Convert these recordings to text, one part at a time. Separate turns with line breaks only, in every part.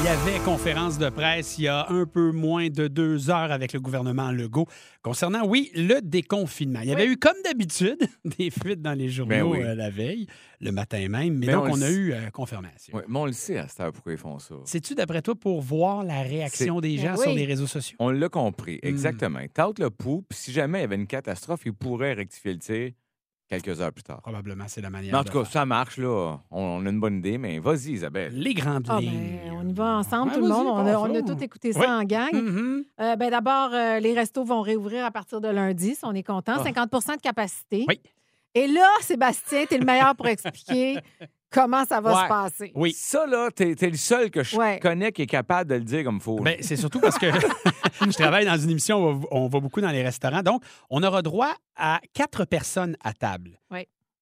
Il y avait conférence de presse il y a un peu moins de deux heures avec le gouvernement Legault concernant, oui, le déconfinement. Il y avait eu, comme d'habitude, des fuites dans les journaux
Ben oui.
euh, la veille, le matin même, mais
Ben
donc
on
on,
le
a
sait.
eu euh, confirmation.
Ouais, mais on le sait à cette heure pourquoi ils font ça.
C'est-tu, d'après toi, pour voir la réaction des gens
Ben oui.
sur les réseaux sociaux?
On l'a compris,
Hmm.
exactement. Tente le pouls, puis si jamais il y avait une catastrophe, il pourrait rectifier le tir quelques heures plus tard.
Probablement, c'est la manière.
Mais en tout
de
cas,
faire.
ça marche, là. On, on a une bonne idée, mais vas-y, Isabelle.
les grandes
Ah,
lignes.
ben, on y va ensemble,
Ouais,
tout le
euh, vas-y,
monde. On a, on a
parlons.
tout écouté ça
Oui.
en gang.
Mhm.
Euh, ben, D'abord, euh, les restos vont réouvrir à partir de lundi, si on est content.
Ah.
50 de capacité.
Oui.
Et là, Sébastien, tu es le meilleur pour expliquer comment ça va
Ouais.
se passer.
Oui.
Ça, là, t'es t'es le seul que je
Ouais.
connais qui est capable de le dire comme il faut. là.
Ben, c'est surtout parce que je travaille dans une émission où on va- on va beaucoup dans les restaurants. Donc, on aura droit à quatre personnes à table.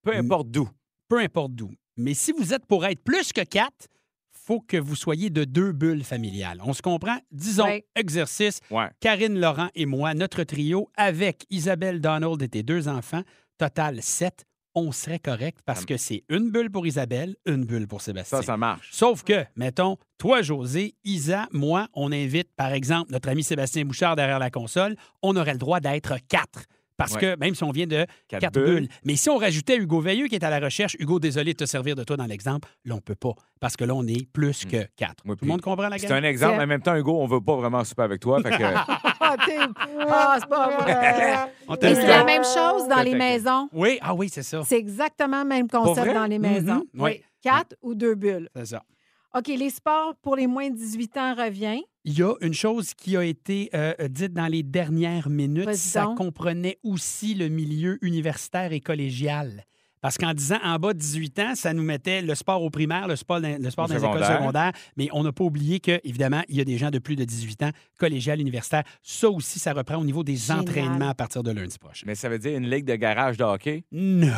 Peu importe d'où.
peu importe d'où. Mais si vous êtes pour être plus que quatre, faut que vous soyez de deux bulles familiales. On se comprend? Disons,
Ouais.
exercice,
Ouais.
Karine, Laurent et moi, notre trio, avec Isabelle, Donald et tes deux enfants, total sept, on serait correct parce que c'est une bulle pour Isabelle, une bulle pour Sébastien.
Ça, ça marche.
Sauf que, mettons, toi, José, Isa, moi, on invite, par exemple, notre ami Sébastien Bouchard derrière la console, on aurait le droit d'être quatre. Parce
Ouais.
que même si on vient de
Quatre
quatre bulles.
bulles.
Mais si on rajoutait Hugo Veilleux qui est à la recherche, Hugo, désolé de te servir de toi dans l'exemple, là, on peut pas. Parce que là, on est plus que quatre.
Oui,
Tout le
Mm. puis
monde comprend la
C'est
gamme?
un exemple.
C'est-
mais En même temps, Hugo, on veut pas vraiment souper avec toi. fait que-
Ah, t'es- ah, c'est pas vrai.
On
Et
t'aime
c'est
bien.
la même chose dans les
Peut-être.
maisons.
Oui, ah oui, c'est ça.
C'est exactement le même
Pas
concept
vrai?
dans les maisons.
Mhm, oui.
Quatre ou deux bulles.
C'est ça.
OK, les sports pour les moins de 18 ans revient.
Il y a une chose qui a été euh, dite dans les dernières minutes.
Vas-y
Ça
donc.
comprenait aussi le milieu universitaire et collégial. Parce qu'en disant en bas de 18 ans, ça nous mettait le sport au primaire, le sport, dans- le sport
Au
dans les écoles
secondaire.
secondaires. Mais on n'a pas oublié que, évidemment, il y a des gens de plus de 18 ans, collégial, universitaire. Ça aussi, ça reprend au niveau des
Génial.
entraînements à partir de lundi prochain.
Mais ça veut dire une ligue de garage de hockey?
Non,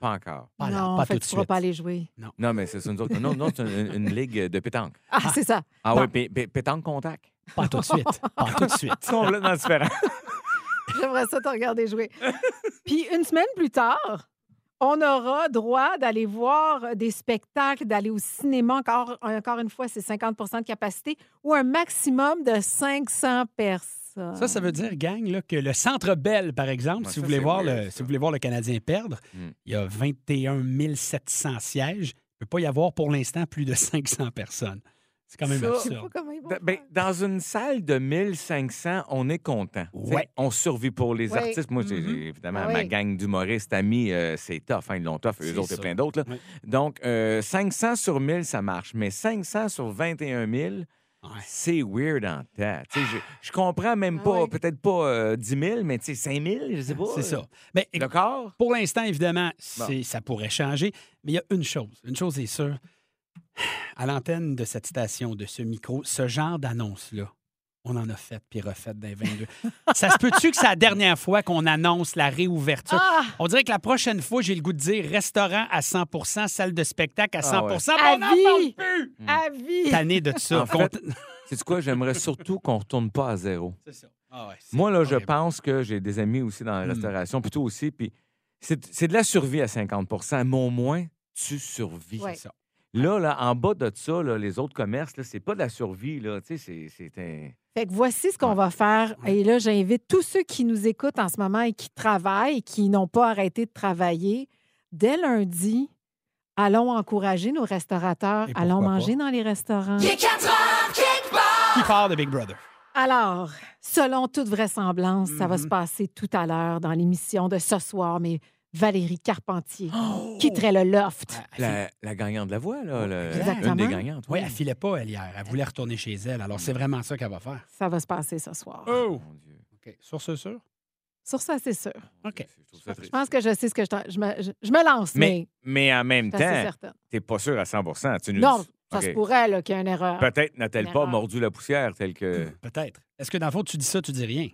Pas encore.
pas, Ah là,
non,
pas
fait
tout
que
de
tu pourras
suite.
pas aller jouer.
Non, mais c'est ça, nous autres. Non, non, c'est une, une ligue de pétanque.
Ah, c'est ça.
Ah
Bon.
oui, pé- pé- pétanque contact.
Pas tout de suite. Pas tout de suite.
C'est complètement différent.
J'aimerais ça te regarder jouer. Puis une semaine plus tard, on aura droit d'aller voir des spectacles, d'aller au cinéma. Encore, encore une fois, c'est 50 de capacité ou un maximum de 500 personnes.
Ça, ça veut dire, gang, là, que le Centre Bell, par exemple,
Ouais,
si,
ça,
vous voulez
c'est
voir
weird,
le, si
ça.
vous voulez voir le Canadien perdre,
Hmm.
il y a 21 700 sièges. Il ne peut pas y avoir pour l'instant plus de 500 personnes. C'est quand même
Ça,
Je sais pas
absurde.
comment ils vont
Da- ben,
faire.
dans une salle de 1500, on est content. Tu sais,
Ouais.
On survit pour les
Ouais.
artistes. Moi, j'ai-
Mhm.
j'ai- évidemment,
Ah
ma
oui.
gang d'humoristes, amis, euh, c'est tough. Hein, ils l'ont tough,
C'est
eux autres
ça.
et plein d'autres. là.
Ouais.
Donc, euh, 500 sur 1000, ça marche. Mais 500 sur 21 000,
Ouais. Ah
c'est weird en tête. Tu sais, Je, je comprends même pas,
oui.
peut-être pas euh, 10 000, mais tu sais, 5 000, je sais pas.
C'est ça. Mais éc-
Le corps?
pour l'instant, évidemment, c'est- ça pourrait changer. Mais il y a une chose. Une chose est sûre. À l'antenne de cette station, de ce micro, ce genre d'annonce-là, on en a fait puis refait dans les 22. ça se peut-tu que c'est la dernière fois qu'on annonce la réouverture?
Ah!
On dirait que la prochaine fois, j'ai le goût de dire restaurant à 100 salle de spectacle à 100
Ah ouais.
mais on n'en
À
parle
vie!
plus!
À vie!
Tanné de ça.
En fait- C'est quoi? J'aimerais surtout qu'on retourne pas à zéro.
C'est ça. Ah ouais, c'est
Moi, là, je
horrible.
pense que j'ai des amis aussi dans la
Hmm.
restauration, plutôt aussi, puis c'est c'est de la survie à 50 Mais au moins, tu survis.
Ouais.
C'est ça.
Là, là, en bas de ça, là, les autres commerces, là, c'est pas de la survie, là. Tu sais, c'est- c'est un...
Fait que voici ce qu'on va faire. Et là, j'invite tous ceux qui nous écoutent en ce moment et qui travaillent, qui n'ont pas arrêté de travailler, dès lundi, allons encourager nos restaurateurs,
Et pourquoi
allons
pas?
manger dans les restaurants.
Qui part de Big Brother?
Alors, selon toute vraisemblance, ça
Mm-hmm.
va se passer tout à l'heure dans l'émission de ce soir, mais Valérie Carpentier
Oh!
quitterait le loft.
la, la gagnante de la voix, là. le-
Exactement.
Une des gagnantes.
Oui, elle filait pas, elle, hier. Elle voulait retourner
Mm.
chez elle. Alors, c'est vraiment ça qu'elle va faire.
Euh.
Ça va se passer ce soir.
Oh!
Mon Dieu.
OK. Sur ce, sûr?
Sur ça, c'est sûr.
OK.
Je trouve ça
Je
triste.
pense que je sais ce que je... t'en- Je me, je- je me lance, mais,
Mais, mais en même
je suis assez
temps,
certaine.
t'es pas sûr à 100 Tu nous
Non,
dis-
ça
OK.
se hein. pourrait là, qu'il y ait une erreur.
Peut-être n'a-t-elle
Une
pas
erreur.
mordu la poussière telle que.
Peut-être. Est-ce que dans le fond, tu dis ça, tu dis rien?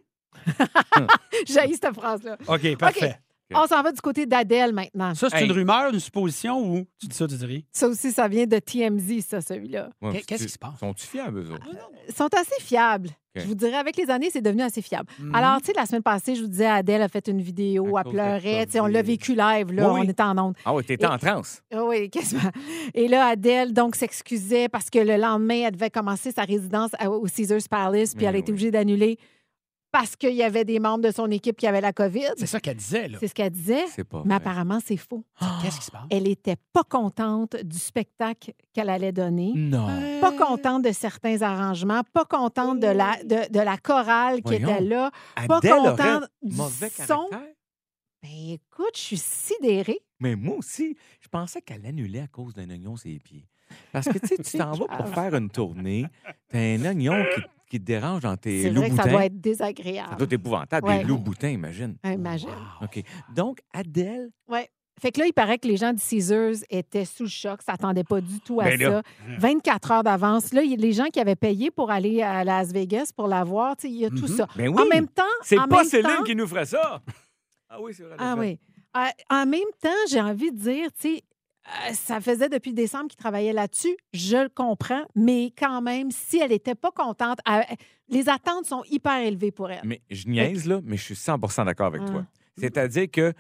J'ai cette phrase-là.
OK, parfait.
On s'en va du côté d'Adèle maintenant.
Ça, c'est
Hey.
une rumeur, une supposition ou tu dis ça, tu dis rien?
Ça aussi, ça vient de TMZ, ça, celui-là.
Ouais,
Qu'est- Qu'est-ce
tu-
qui se passe?
Sont-tu fiables, eux autres?
Ils sont assez fiables. Je vous dirais, avec les années, c'est devenu assez fiable.
Hmm.
Alors, tu sais, la semaine passée, je vous disais, Adèle a fait une vidéo,
Mhm. À
elle
cause de la
pleurait. Tu sais, on l'a
COVID.
vécu live, là,
Oui, oui.
on était en onde.
Ah oui, t'étais
Et-
en transe.
Ah Oui, quasiment. Et là, Adèle, donc, s'excusait parce que le lendemain, elle devait commencer sa résidence à- au Caesars Palace, puis
Mais
elle a été
oui.
obligée d'annuler parce qu'il y avait des membres de son équipe qui avaient la COVID.
C'est ça qu'elle disait, là.
C'est ce qu'elle disait.
C'est pas. vrai.
Mais
Ah.
apparemment, c'est faux.
Qu'est-ce qui se passe?
Elle n'était pas contente du spectacle qu'elle allait donner.
Non.
Pas contente de certains arrangements, pas contente de la, de, de la chorale qui
Voyons.
était là, pas
Adèle aurait
contente du
mauvais
son.
caractère.
Ben, écoute, je suis sidérée.
Mais moi aussi, je pensais qu'elle annulait à cause d'un oignon sur les pieds. Parce que tu sais, tu t'en vas pour faire une tournée, t'as un oignon qui, qui te dérange dans tes
C'est
loups
vrai que ça doit
boutins.
être
Ça
désagréable.
doit être épouvantable,
Ouais.
des loups boutins, imagine.
Imagine.
OK. Donc, Adèle.
Fait que là, il paraît que les gens de Caesars étaient sous le choc, s'attendaient pas du tout à
Ben là.
ça. 24 heures d'avance. Là, il y a les gens qui avaient payé pour aller à Las Vegas pour la voir, tu sais, il y a tout
Mhm.
ça.
Ben oui.
En même temps,
C'est
en
pas
même
Céline
temps-
qui nous ferait ça. Ah oui, c'est vrai.
Ah oui. Euh, en même temps, j'ai envie de dire, tu sais, euh, ça faisait depuis décembre qu'il travaillait là-dessus. Je le comprends, mais quand même, si elle n'était pas contente, euh, les attentes sont hyper élevées pour elle.
Mais je niaise, là, mais je suis 100 d'accord avec
Ah.
toi. C'est-à-dire que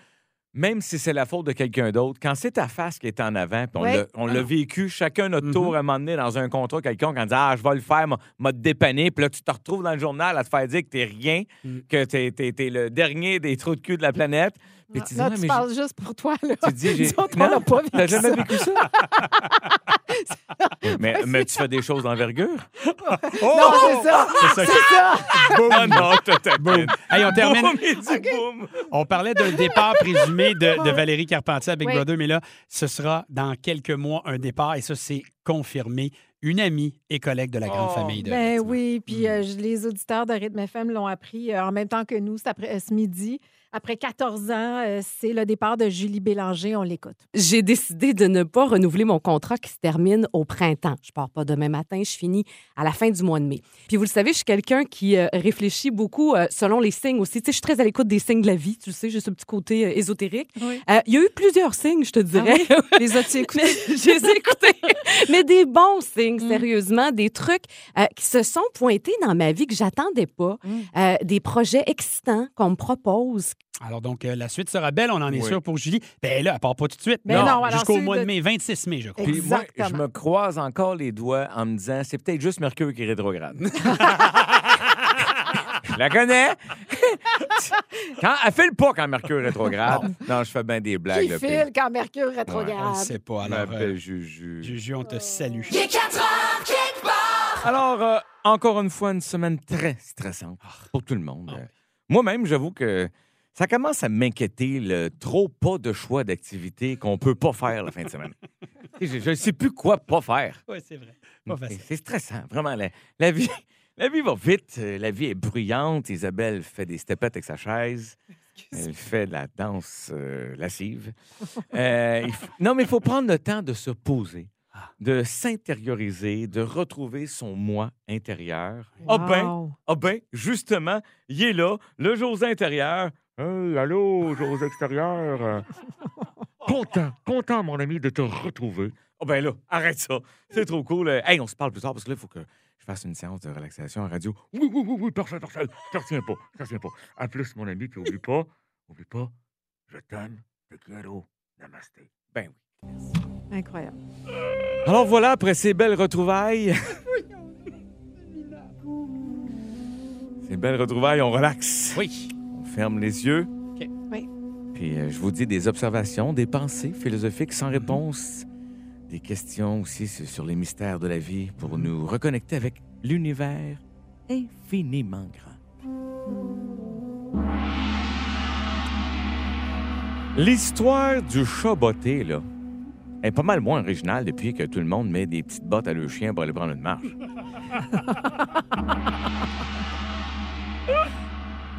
même si c'est la faute de quelqu'un d'autre, quand c'est ta face qui est en avant, puis on
Ouais. Ah
l'a- on l'a vécu chacun notre
Mhm.
tour à un moment donné dans un contrat quelconque en disant Ah, je vais le faire, m'a- m'a te dépanné, puis là, tu te retrouves dans le journal à te faire dire que t'es rien,
Mm.
que t'es t'es- t'es le dernier des trous de cul de la planète. Puis
Là,
tu dis
là,
Ouais,
tu
mais
parles juste pour toi. Là.
j'ai- tu dis j'ai-
Nous autres, on
Non,
n'a pas vécu
t'as jamais
ça.
vécu ça. mais, mais tu fais des choses d'envergure. Oh!
Non, c'est ça.
C'est ça.
Ah non, t'as- t'as-
Hey, on termine.
Boum, il dit boum.
On parlait d'un départ présumé de, de Valérie Carpentier à Big
Oui.
Brother, mais là, ce sera dans quelques mois un départ, et ça, c'est confirmé. Une amie et collègue de la grande
Oh,
famille de.
Ben
Fatima.
oui, puis
Mm.
Hmm.
euh, je- les auditeurs de Rythme FM l'ont appris euh, en même temps que nous cet après- euh, ce midi. Après 14 ans, euh, c'est le départ de Julie Bélanger. On l'écoute.
J'ai décidé de ne pas renouveler mon contrat qui se termine au printemps. Je pars pas demain matin, je finis à la fin du mois de mai. Puis vous le savez, je suis quelqu'un qui euh, réfléchit beaucoup euh, selon les signes aussi. Tu sais, je suis très à l'écoute des signes de la vie, tu le sais, j'ai ce petit côté euh, ésotérique.
Oui. Ah
Euh, Il y a eu plusieurs signes, je te dirais.
Les as-tu écoutés?
Mais, je les ai écoutés. Mais des bons signes,
Mm.
sérieusement, des trucs euh, qui se sont pointés dans ma vie que j'attendais pas,
Mm.
Euh, des projets excitants qu'on me propose.
Alors, donc, euh, la suite sera belle, on en est
Oui.
sûr pour Julie. Ben là, elle part pas tout de suite.
Ben non, alors
Jusqu'au
c'est
mois de
de-
mai, 26 mai, je crois.
Puis moi, je
Exactement.
me croise encore les doigts en me disant, c'est peut-être juste Mercure qui est rétrograde. je la connais. quand, elle file pas quand Mercure est rétrograde. Non, je fais bien des blagues.
Qui
là,
file quand Mercure
On ne
rétrograde?
sait pas.
puis Je
Alors,
m'appelle
euh,
Juju.
Juju,
Oh.
on te salue.
Alors, euh, encore une fois, une semaine très stressante pour tout le monde.
Ah oui.
Euh, Moi-même, j'avoue que ça commence à m'inquiéter le trop pas de choix d'activités qu'on peut pas faire la fin de semaine. je je ne sais plus quoi pas faire.
Oui, c'est vrai. Pas facile.
ben, C'est stressant, vraiment. La, la vie, la vie va vite, euh, la vie est bruyante. Isabelle fait des stepettes avec sa chaise. Elle fait de la danse euh, lascive. Euh, il f- non, mais il faut prendre le temps de se poser, de s'intérioriser, de retrouver son moi intérieur. Ah ben,
Wow.
ah ben, justement, il est là, le José intérieur. Hey, Euh, allô, José extérieur. Euh, Content, content, mon ami, de te retrouver. Ah ben là, arrête ça. C'est trop cool. Euh, Hey, on se parle plus tard parce que là, il faut que je fasse une séance de relaxation en radio. Oui, oui, oui, oui, parfait, parfait. T'en retiens pas, t'en retiens pas. À plus, mon ami, puis oublie pas, oublie pas, je t'aime, te quiero, namasté. Ben oui.
Incroyable.
Alors voilà, après ces belles retrouvailles. ces belles retrouvailles, on relaxe.
Oui.
On ferme les yeux.
Oui.
Puis euh, je vous dis des observations, des pensées philosophiques sans réponse, des questions aussi sur sur les mystères de la vie pour nous reconnecter avec l'univers infiniment grand. L'histoire du chat botté, là, est pas mal moins originale depuis que tout le monde met des petites bottes à leur chien pour aller prendre une marche.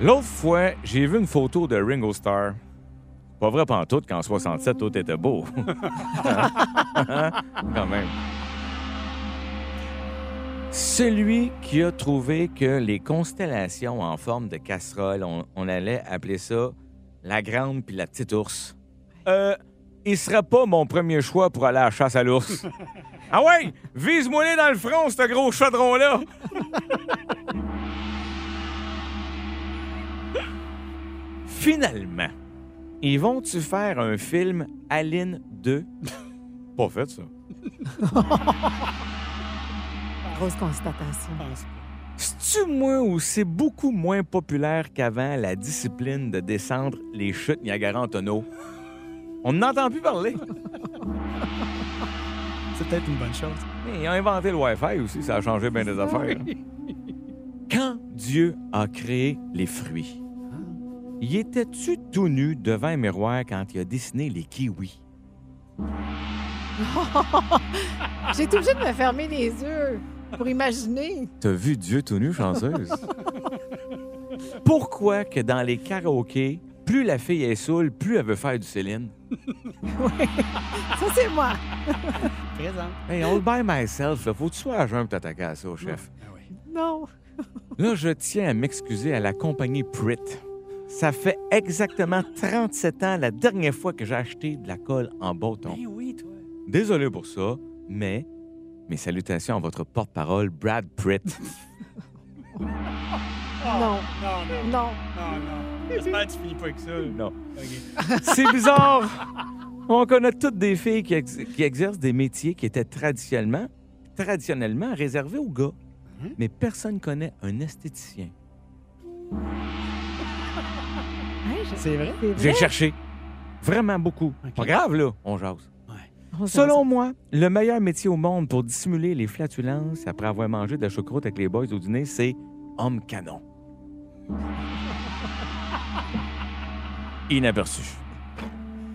L'autre fois, j'ai vu une photo de Ringo Starr. Pas vrai pantoute qu'en 67, tout était beau. Hein? Quand même. Celui qui a trouvé que les constellations en forme de casserole, on, on allait appeler ça la grande puis la petite ours. Euh, il serait pas mon premier choix pour aller à la chasse à l'ours. ah ouais, vise-moi les dans le front, ce gros chaudron-là. Finalement, ils vont-tu faire un film Aline 2? pas fait, ça.
Grosse constatation.
C'est-tu moins ou c'est beaucoup moins populaire qu'avant la discipline de descendre les chutes Niagara en tonneau? On n'entend plus parler.
C'est peut-être une bonne chose.
Mais Ils ont inventé le Wi-Fi aussi, ça a changé bien des affaires. Quand Dieu a créé les fruits, y était-tu tout nu devant un miroir quand il a dessiné les kiwis?
J'ai été obligée de me fermer les yeux pour imaginer.
T'as vu Dieu tout nu, chanceuse? Pourquoi que dans les karaokés, plus la fille est saoule, plus elle veut faire du Céline?
Ça, c'est moi.
Présent.
Hey, all by myself, là, faut que tu sois à jeun pour t'attaquer à ça, chef.
Non.
Là, je tiens à m'excuser à la compagnie Pritt. Ça fait exactement 37 ans la dernière fois que j'ai acheté de la colle en bâton.
Eh oui, toi.
Désolé pour ça, mais mes salutations à votre porte-parole, Brad Pritt.
Non. Non.
Non, non. J'espère que tu finis pas avec ça.
non. C'est bizarre. On connaît toutes des filles qui, ex- qui exercent des métiers qui étaient traditionnellement, traditionnellement réservés aux gars.
Mhm.
Mais personne connaît un esthéticien.
Hein, je-
C'est vrai?
C'est
J'ai
vrai.
cherché. Vraiment beaucoup.
Ok.
Pas grave, là. On jase.
On s'en
Selon moi, le meilleur métier au monde pour dissimuler les flatulences après avoir mangé de la choucroute avec les boys au dîner, c'est homme canon. Inaperçu.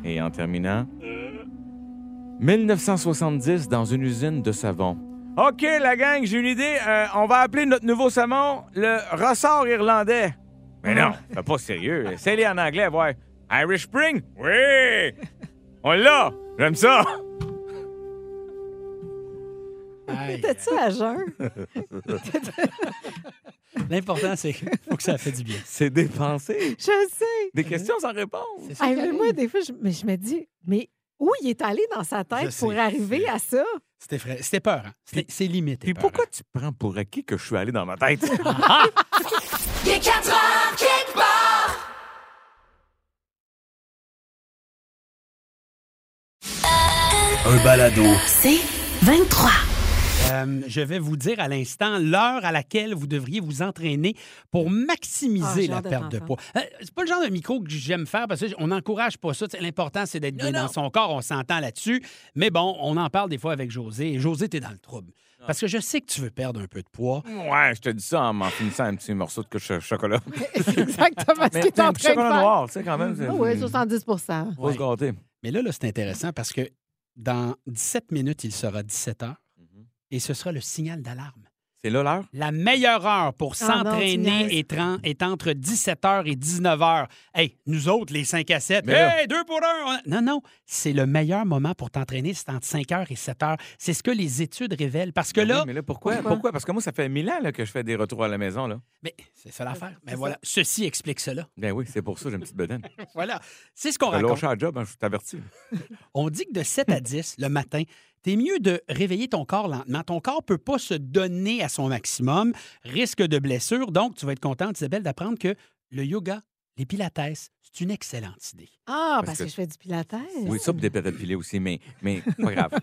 Et en terminant, 1970 dans une usine de savon. OK, la gang, j'ai une idée. Euh, on va appeler notre nouveau savon le ressort irlandais. Mais non, c'est pas sérieux. C'est les en anglais, ouais. Irish Spring? Oui! On l'a! J'aime ça!
Aïe.
T'étais-tu à jeun?
L'important, c'est qu'il faut que ça fait du bien.
C'est dépensé.
Je sais.
Des questions sans réponse.
Ah, mais moi, des fois, je, mais je me dis, mais où il est allé dans sa tête
Je
pour
sais,
arriver
c'est-
à ça?
C'était frais. C'était peur. hein? C'était- C'est limité.
Puis pourquoi tu prends pour acquis que je suis allé dans ma tête?
Un balado.
C'est 23.
Euh, je vais vous dire à l'instant l'heure à laquelle vous devriez vous entraîner pour
Ah, j'ai
maximiser la
hâte de
perte de poids.
t'entendre.
Euh, c'est pas le genre de micro que j'aime faire parce qu'on n'encourage pas ça. Tu sais, L'important, c'est d'être bien dans son corps. On s'entend là-dessus. Mais bon, on en parle des fois avec José. Et José, t'es dans le trouble. Parce que je sais que tu veux perdre un peu de poids.
ouais, je te dis ça en m'en finissant un petit morceau de couche- chocolat.
C'est exactement ce qu'il est en
un
train de
petit
faire.
chocolat noir, tu sais, quand même.
Ah oui, 70
Faut se gâter.
Mais là, là c'est intéressant parce que dans 17 minutes, il sera 17 heures
Mmh
et ce sera le signal d'alarme.
C'est là l'heure?
La meilleure heure pour
Ah non, tu
s'entraîner
niaises.
est, tren- est entre 17h et 19h. Hey, nous autres, les 5 à 7,
Mais là-
hey, deux pour un! on- Non, non, c'est le meilleur moment pour t'entraîner, c'est entre 5h et 7h. C'est ce que les études révèlent. Parce que
Ben oui,
là,
mais là, pourquoi? pourquoi? Parce que moi, ça fait mille ans là, que je fais des retours à la maison. Là.
mais c'est ça l'affaire. Mais voilà, ceci explique cela.
Ben oui, c'est pour ça que j'ai une petite bedaine.
Voilà, c'est ce qu'on
T'as
raconte.
lâché un job, hein, je t'avertis.
On dit que de 7 à 10 le matin, t'es mieux de réveiller ton corps lentement. Ton corps peut pas se donner à son maximum, risque de blessure. Donc, tu vas être contente, Isabelle, d'apprendre que le yoga, les pilates, c'est une excellente idée.
Ah,
Parce
parce que
que-
je fais du pilates.
Oui, ça, puis des patates pilées aussi, mais, mais pas grave.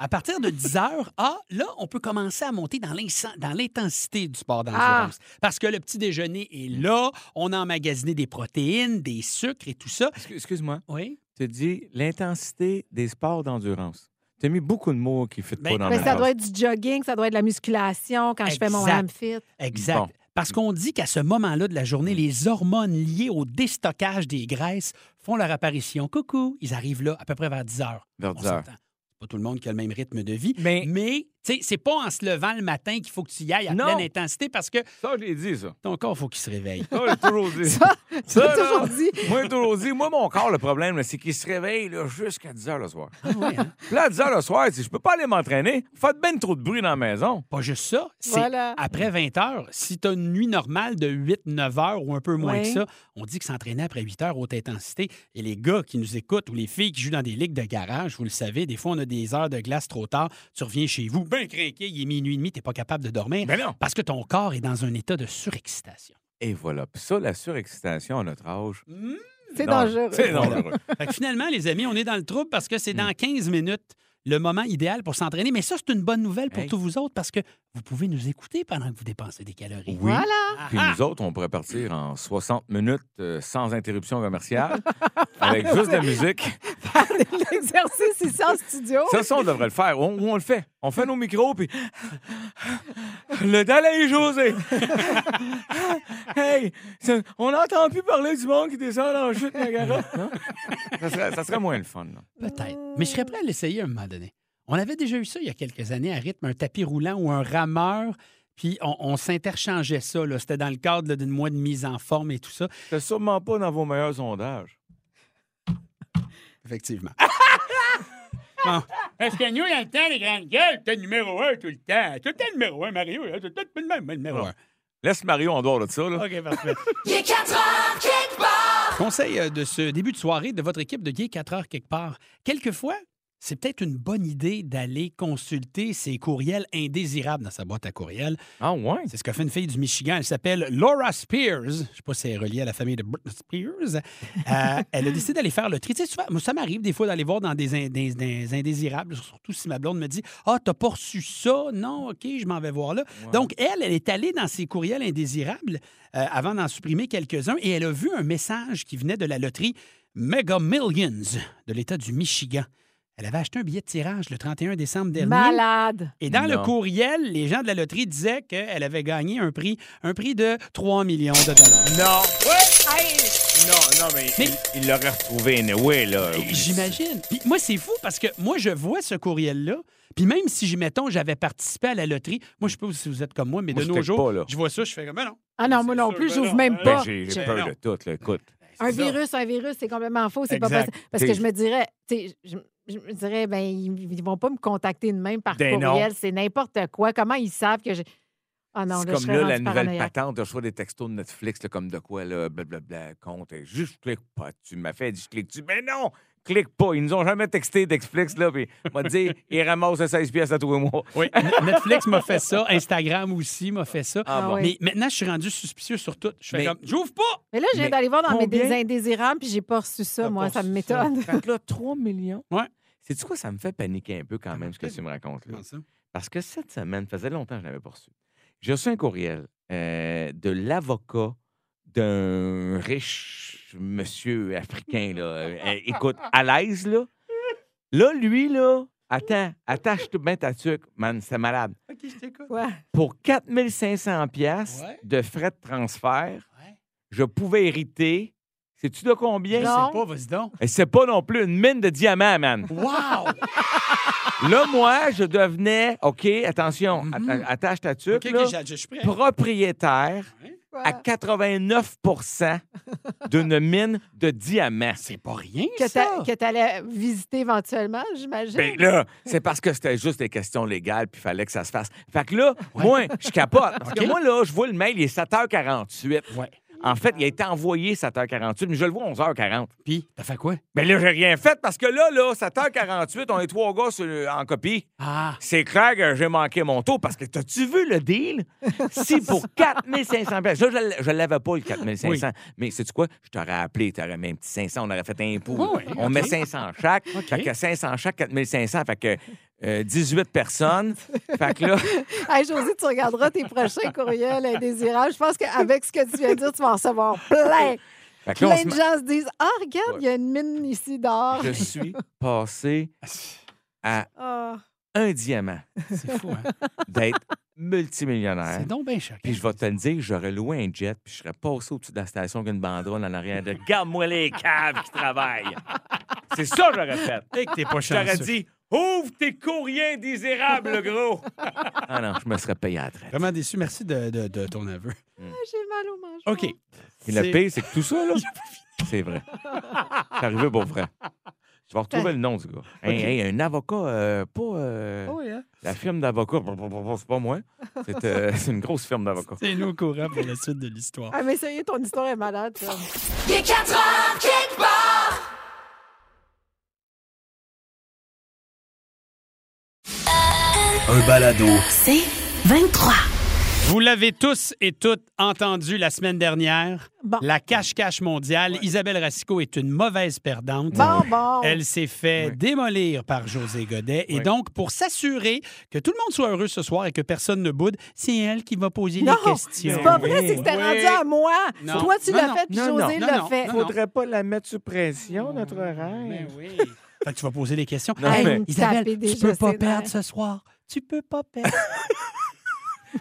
À partir de 10 heures, ah, là, on peut commencer à monter dans l'insa- dans l'intensité du sport d'endurance. Parce que le petit déjeuner est là, on a emmagasiné des protéines, des sucres et tout ça.
Excu- Excuse-moi,
Oui.
tu dis l'intensité des sports d'endurance. Tu as mis beaucoup de mots qui ne fitent
Ben,
pas dans
Mais
la
ça
phrase.
doit être du jogging, ça doit être de la musculation quand je fais mon
Exact.
ham fit.
Exact.
Bon. Mm.
Parce qu'on dit qu'à ce moment-là de la journée, les hormones liées au déstockage des graisses font leur apparition. Coucou, ils arrivent là à peu près vers 10 heures.
Vers
On
10 heures.
s'entend. C'est Pas tout le monde qui a le même rythme de vie.
Mais-
Mais Tu sais, c'est pas en se levant le matin qu'il faut que tu y ailles à
Non.
pleine intensité parce que
Ça, je l'ai dit, ça.
ton corps, faut qu'il se réveille.
Ça, j'ai toujours dit.
Ça, tu l'as
Ça, là,
toujours dit.
Moi, j'ai toujours dit, moi, mon corps, le problème, là, c'est qu'il se réveille là, jusqu'à 10 h le soir.
Ah
ouais, hein?
Puis là, à 10 h le soir, si je peux pas aller m'entraîner, faites bien trop de bruit dans la maison.
Pas juste ça, c'est
Voilà.
après 20 heures, si tu as une nuit normale de 8-9 heures ou un peu moins
Ouais.
que ça, on dit que s'entraîner après 8 heures haute intensité, et les gars qui nous écoutent ou les filles qui jouent dans des ligues de garage, vous le savez, des fois on a des heures de glace trop tard, tu reviens chez vous, ben craqué, il est minuit et demi, t'es pas capable de dormir
Ben non.
parce que ton corps est dans un état de surexcitation.
Et voilà. Puis ça, la surexcitation à notre âge.
C'est
non,
dangereux.
C'est dangereux.
Fait que finalement, les amis, on est dans le trouble parce que c'est dans 15 minutes le moment idéal pour s'entraîner. Mais ça, c'est une bonne nouvelle pour
Hey.
tous vous autres parce que vous pouvez nous écouter pendant que vous dépensez des calories.
Oui.
Voilà.
Puis nous autres, on pourrait partir en 60 minutes euh, sans interruption commerciale, avec juste de la musique.
L'exercice ici en studio.
Ça, ça, on devrait le faire. On, on le fait. On fait nos micros, puis. Le Dalai José! hey! ça- on n'entend plus parler du monde qui descend en chute Niagara. Non? Ça, serait, ça serait moins le fun. là.
Peut-être. Mais je serais prêt à l'essayer à un moment donné. On avait déjà eu ça il y a quelques années à rythme, un tapis roulant ou un rameur. Puis on, on s'interchangeait ça. là. C'était dans le cadre là, d'une mois de mise en forme et tout ça.
C'est sûrement pas dans vos meilleurs sondages.
Effectivement. Bon. Parce que nous, dans le temps, les grandes gueules, t'es numéro un tout le temps. Tout le temps numéro un, Mario. là. Tout le temps tout le même numéro un.
Laisse Mario en dehors de ça. Là.
OK, parfait. Conseil euh, de ce début de soirée de votre équipe de Gay 4 heures quelque part. Quelquefois, c'est peut-être une bonne idée d'aller consulter ses courriels indésirables dans sa boîte à courriels.
Ah, ouais?
C'est ce qu'a fait une fille du Michigan. Elle s'appelle Laura Spears. Je ne sais pas si elle est reliée à la famille de Britney Spears. Euh, elle a décidé d'aller faire le tri. Tu sais, souvent, moi, ça m'arrive des fois d'aller voir dans des, in- des- des indésirables, surtout si ma blonde me dit Ah, t'as pas reçu ça Non, OK, je m'en vais voir là. Donc, elle, elle est allée dans ses courriels indésirables euh, avant d'en supprimer quelques-uns et elle a vu un message qui venait de la loterie Mega Millions de l'État du Michigan. Elle avait acheté un billet de tirage le 31 décembre dernier.
Malade.
Et dans le
Non.
courriel, les gens de la loterie disaient qu'elle avait gagné un prix, un prix de 3 millions de dollars.
Non. Non, non, mais,
Mais-
il l'aurait retrouvé anyway, là.
Et J'imagine. Puis moi, c'est fou parce que moi, je vois ce courriel-là. Puis même si, mettons, j'avais participé à la loterie, moi, je sais pas si vous êtes comme moi, mais
Moi,
de
je
nos
check
jours,
pas, là.
je vois ça, je fais comme, ben non.
Ah non, moi non
sûr,
plus,
ben
j'ouvre
non,
même
ben
pas.
j'ai j'ai
Je-
peur
non.
de tout, là. Écoute.
Un
C'est ça.
virus, un virus, c'est complètement faux. C'est pas
Exact.
possible. Parce que
T'es-
je me dirais, tu sais, je, je me dirais, ben ils, ils vont pas me contacter de même par
Ben non.
courriel. C'est n'importe quoi. Comment ils savent que j'ai. Ah non,
c'est
là, je
comme
serais
là, la
rendue
nouvelle
paranoïaque.
patente, je reçois des textos de Netflix, là, comme de quoi, là, blablabla, compte. Et juste, je clique pas. Tu m'as fait, je clique-tu. Mais non! Clique pas. Ils nous ont jamais texté Netflix, là, puis on va te dire, ils ramassent 16 pièces à tous les mois.
Oui, N- Netflix m'a fait ça, Instagram aussi m'a fait ça.
Ah oui.
Mais maintenant, je suis rendu suspicieux sur tout. Je fais
Mais-
comme, j'ouvre pas!
Mais là, je viens
Mais
d'aller voir dans mes
combien-
des indésirables, puis j'ai pas reçu ça,
T'as
moi.
pas
Ça me
reçu ça.
m'étonne.
Fait que là, 3 millions.
Ouais.
C'est-tu quoi, ça me fait paniquer un peu quand même, ce que tu me racontes, là. Parce que cette semaine, faisait longtemps que je l'avais pas reçu. J'ai reçu un courriel euh, de l'avocat d'un riche monsieur africain, là. Euh, euh, écoute, à l'aise, là. Là, lui, là, attends, attache tout bien ta tuque, man, c'est malade.
OK, je t'écoute.
Quoi?
Pour 4500 pièces
Ouais.
de frais de transfert,
Ouais.
je pouvais hériter, sais-tu de combien?
Je sais
Non.
pas, vas-y donc.
Et C'est pas non plus une mine de diamants, man.
Wow!
Là, moi, je devenais, OK, attention,
Mhm.
atta- attache ta tuque,
OK, OK,
là,
j'ai- je suis prêt.
propriétaire
Quoi?
à 89 d'une mine de diamants.
C'est pas rien,
Que
ça!
t'a- que t'allais visiter éventuellement, j'imagine.
Ben là, c'est parce que c'était juste des questions légales, puis il fallait que ça se fasse. Fait que là, moi, je capote. Parce que
OK.
moi, là, je vois le mail, il est 7h48.
Ouais.
En fait, il a été envoyé 7h48, mais je le vois 11h40.
Puis, t'as fait quoi?
Mais là, j'ai rien fait parce que là, là, 7h48, on est trois gars sur- en copie.
Ah!
C'est clair que j'ai manqué mon taux parce que t'as-tu vu le deal? Si pour 4500 pièces, ça, je l- je l'avais pas le 4500, mais c'est tu quoi? Je t'aurais appelé, t'aurais mis un petit 500, on aurait fait un pot.
Oui, oui,
on
OK.
met 500 chaque, fait que 500 chaque, 4500, fait que euh, 18 personnes. fait que là,
Hey, Josée, tu regarderas tes prochains courriels indésirables. Je pense qu'avec ce que tu viens de dire, tu vas en recevoir plein.
fait que là, on
Plein
se
de
met-
gens se disent Ah, regarde, il y a une mine ici d'or.
je suis passé à
Ah.
un diamant
C'est fou, hein?
d'être multimillionnaire.
C'est donc bien choquant.
Puis je vais te le dire, j'aurais loué un jet, puis je serais passé au-dessus de la station avec une banderole en arrière de Garde-moi les caves qui travaillent. C'est ça que j'aurais fait.
Hey, que t'es pas
J'aurais
chanceux.
dit Ouvre tes courriers indésirables, gros! ah non, je me serais payé à la traite.
Vraiment déçu. Merci de, de- de ton aveu. Euh,
J'ai mal au manche.
OK.
Et le
C'est-
pire, c'est que tout ça, là, c'est vrai. C'est arrivé pour vrai. Je vais retrouver le nom du gars. Hey, hey, un avocat, euh, pas euh,
Oh,
hein?
yeah.
la firme d'avocats, brr, brr, brr, c'est pas moi. C'est euh, c'est une grosse firme d'avocats.
Tiens-nous au courant pour la suite de l'histoire.
Ah, mais ça y est, ton histoire est malade, ça.
Il est 4 heures quelque part.
Un balado.
C'est 23.
Vous l'avez tous et toutes entendu la semaine dernière.
Bon.
La cache-cache mondiale. Isabelle Racicot est une mauvaise perdante.
Bon, bon.
Elle s'est fait
Oui.
démolir par José Godet. Et
Oui.
donc, pour s'assurer que tout le monde soit heureux ce soir et que personne ne boude, c'est elle qui va poser
Non,
les questions.
c'est pas vrai,
Oui.
c'est que t'es
Oui.
rendu à moi.
Non.
Toi, tu
Non,
l'as
non,
fait, puis
non,
José
non,
l'a
non,
fait.
non, non.
pas la mettre sous pression, notre
Ben
rêve.
oui. Fait que tu vas poser les questions.
Non,
Hey,
mais,
me taper
Isabelle,
des
tu peux
gestes
pas
énormes.
perdre ce soir. Tu peux pas perdre.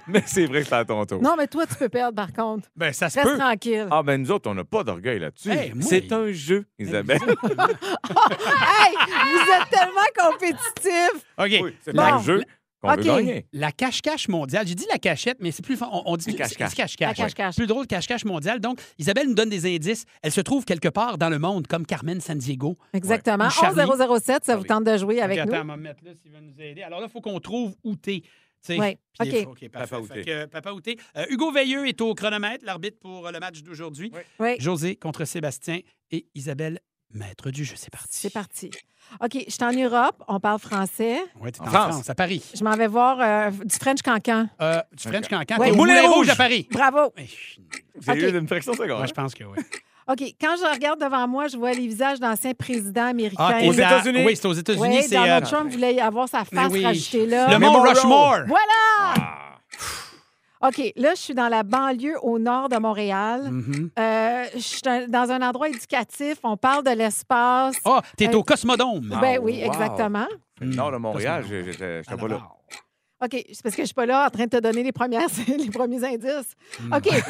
mais c'est vrai que c'est à ton tour.
Non, mais toi, tu peux perdre, par contre.
Ben, ça se
Reste
peut.
tranquille.
Ah, ben nous autres, on n'a pas d'orgueil là-dessus.
Hey, moi, Ben,
c'est
il-
un jeu, Isabelle.
Hey, vous êtes tellement compétitifs.
OK.
Oui, c'est
Bon.
un jeu qu'on
OK.
veut gagner.
La cache-cache mondiale. J'ai dit la cachette, mais c'est plus. fa- On, on dit
C'est
c'est-
cache-cache.
c'est
La
cache-cache.
cache-cache.
Plus drôle, cache-cache mondiale. Donc, Isabelle nous donne des indices. Elle se trouve quelque part dans le monde, comme Carmen San Diego.
Exactement.
Ou Charlie.
11007,
Ah
ça vous tente de jouer avec
Ok,
nous.
attends, on va me mettre là s'il veut nous aider. Alors là, il faut qu'on trouve où t'es. tu sais.
Ouais,
Puis il
ok.
faut- OK.
Papa
Papa
Outé.
Papa Outé. Euh, Hugo Veilleux est au chronomètre, l'arbitre pour euh, le match d'aujourd'hui.
Oui.
José contre Sébastien et Isabelle, maître du jeu. C'est parti.
C'est parti. OK, je suis en Europe, on parle français.
Ouais, t'es
En
en,
France.
France. à Paris.
Je m'en vais voir euh, du French Cancan.
Euh, tu French Cancan.
Ouais.
T'es au
Moulin
Moulin
Rouge.
Rouge à Paris.
Bravo.
Eh,
J'ai
OK.
eu une fraction de seconde.
Moi, je pense que oui.
OK, quand je regarde devant moi, je vois les visages d'anciens présidents américains.
Ah, t'es
Aux
à-
États-Unis.
Oui, c'est aux États-Unis.
Oui,
c'est euh,
Donald Trump voulait avoir sa face
oui.
rajoutée là.
le
Mais
Mont
Monroe.
Rushmore. Ah.
Voilà!
Ah.
OK, là, je suis dans la banlieue au nord de Montréal.
Mhm.
Euh, je suis un- dans un endroit éducatif. On parle de l'espace.
Ah, t'es
Hey.
au Cosmodome.
Ah,
ben oui,
wow.
exactement.
Le Nord de Montréal,
Cosmodome.
j'ai- j'étais j'étais
À
pas
la
là.
barre.
OK, c'est parce que je suis pas là en train de te donner les, premières, les premiers indices.
Mm.
OK,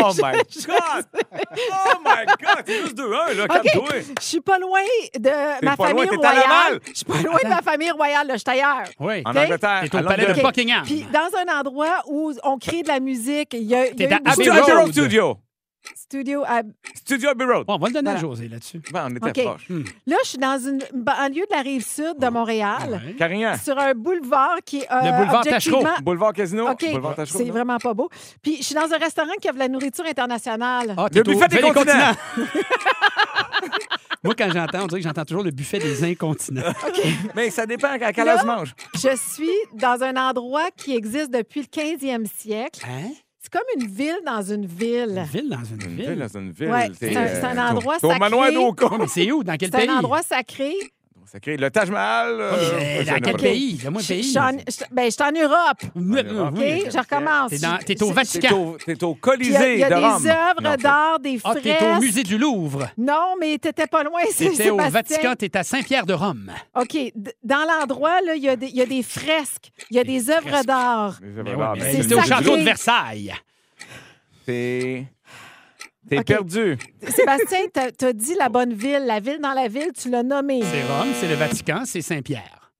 Oh my God! Oh my God! C'est juste 2-1, là, calme-toi!
je suis pas loin de ma
pas
famille
loin, t'es à
royale.
Laval.
Je suis pas loin de ma famille royale, là, je suis ailleurs.
Oui.
En
OK.
Angleterre,
T'es
à
au palais de
Londres.
OK.
Buckingham.
Puis dans un endroit où on crée de la musique, il y a, il y a
Ah. T'es
eu
dans
beaucoup
Abbey
Studio Abbey
Road.
Road Studio!
de studio. à-
Studio Abbey Road!
Bon, on va le donner
Voilà.
à José là-dessus.
Ben, on était
OK.
proche.
Là, je suis dans une banlieue de la rive sud de Montréal,
Ouais.
Carignan,
sur un boulevard qui est euh,
Le boulevard Oh,
objectivement-
Tachereau.
Boulevard Casino,
OK,
Boulevard Tachereau.
c'est
non?
vraiment pas beau. Puis je suis dans un restaurant qui a de la nourriture internationale.
Ah,
Le
t'es au
buffet des
buffet
continents.
Moi, quand j'entends, on dirait que j'entends toujours le buffet des incontinents.
Mais ça dépend à quelle heure
Là.
tu manges.
Je suis dans un endroit qui existe depuis le 15e siècle.
Hein?
C'est comme une ville dans une
Une
ville.
ville dans une
Une
ville.
ville, c'est une ville.
Ouais, c'est un- c'est un endroit
Au
sacré.
manoir d'Oka.
Ouais, mais c'est où? Dans quel
C'est
pays?
un endroit sacré.
Sacré. Le Taj Mahal.
Ouais,
euh,
mais
je
Dans
ne
quel
sais pas.
pays? Donne-moi un
Je je
pays.
suis en, je- ben, je suis en Europe.
Oui,
Europe.
OK?
oui, oui.
Je recommence.
T'es dans- T'es au
T'es
C'est-
Vatican.
au, t'es au
Puis Il y a, il y
Colisée
a
de
des
Rome. Non,
œuvres
c'est-
d'art, des
Ah,
fresques.
t'es au musée du Louvre.
Non, mais t'étais pas loin, c'est
T'étais au
Sébastien.
Vatican, t'es à Saint-Pierre de Rome.
OK. d- Dans l'endroit, là, il y, a des- il y a des fresques. Il y a des œuvres
fresques.
d'art.
Mais c'est
Ben
pas
ouais,
grave,
mais
mais
c'est
C'était au
sacré.
château de Versailles.
T'es. T'es
OK.
perdu.
Sébastien, t'as t'as dit la bonne ville. La ville dans la ville, tu l'as nommée.
C'est Rome, c'est le Vatican, c'est Saint-Pierre.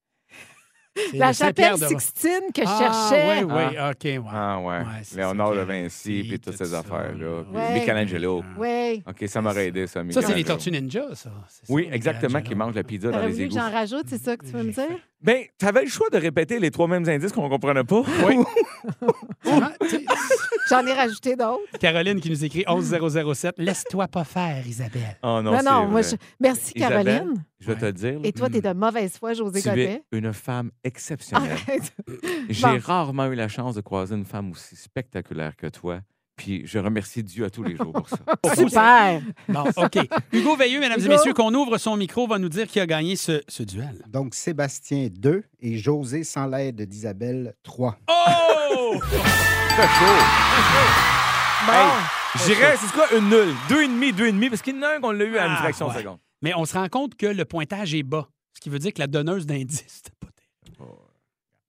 C'est
La
le Saint-Pierre
chapelle
de Rome.
Sixtine que je
Ah,
cherchais.
Oui, oui, OK. ouais.
Ah ouais.
Ouais, c'est
Léonard
ça,
de
Pierre
Vinci, puis toutes
tout
ces
ça.
affaires-là. puis
Ouais.
Michelangelo.
Oui.
OK, ça m'aurait aidé, ça,
Ça, c'est
Michelangelo.
les Tortues Ninja, ça. C'est ça,
Oui,
les
exactement,
Michelangelo.
qui mangent la pizza dans
T'aurais
les
voulu que
égouts.
Ben j'en rajoute, c'est ça que tu veux me dire?
Ben, t'avais le choix de répéter les trois mêmes indices qu'on comprenait pas.
Oui. Vraiment, tu sais,
J'en ai rajouté d'autres.
Caroline qui nous écrit 11007. Laisse-toi pas faire, Isabelle.
Oh non,
Non,
c'est
non, moi,
vrai.
je- merci,
Isabelle,
Caroline.
Je vais te
Ouais.
le dire, là,
Et toi, t'es de mauvaise foi, José
tu es
Godet.
une
Ah,
femme exceptionnelle.
Arrête.
J'ai
Bon.
rarement eu la chance de croiser une femme aussi spectaculaire que toi. Puis je remercie Dieu à tous les jours pour ça.
Ah, Super.
Bon, OK. Hugo Veilleux, mesdames
Hugo.
et messieurs, qu'on ouvre son micro, va nous dire qui a gagné ce, ce duel.
Donc, Sébastien 2 et José sans l'aide d'Isabelle 3.
Oh! Très chaud.
Bon.
J'irais, c'est quoi, une nulle? Deux et demi, deux et demi, parce qu'il y en a un qu'on l'a eu à une
Ah,
fraction de
ouais.
seconde.
Mais on se rend compte que le pointage est bas, ce qui veut dire que la donneuse d'indices, c'était pas terrible.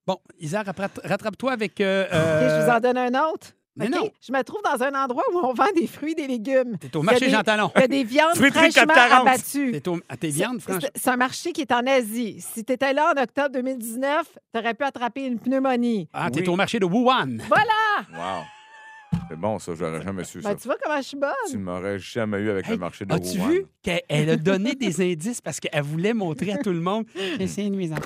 Bon, Isa, rattrape- rattrape-toi avec. euh,
Oh. OK, je vous
euh,
en donne un autre.
Mais
OK?
non.
Je me trouve dans un endroit où on vend des fruits et des légumes.
T'es au marché
Il y
Jean
a des-
Talon.
Il y a des viandes
Fruits frites
fraîchement
comme Tarente.
abattues.
T'es au- à tes
C'est-
viandes franches.
c'est- C'est un marché qui est en Asie. Si tu étais là en octobre 2019, tu aurais pu attraper une pneumonie.
Ah, t'es au marché de Wuhan.
Voilà!
Wow. C'est bon, ça, j'aurais jamais su ça.
Ben, tu vois comment je suis bonne.
Tu ne m'aurais jamais eu avec le marché de
As-tu
Wuhan.
vu qu'elle elle a donné des indices parce qu'elle voulait montrer à tout le monde que c'est nuisant.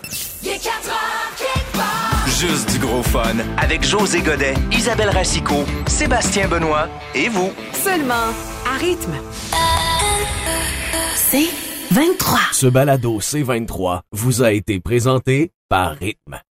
Il est 4 heures, kick bar.
Juste du gros fun avec José Godet, Isabelle Racicot, Sébastien Benoît et vous.
Seulement à rythme. C'est 23.
Ce balado C23 vous a été présenté par Rythme.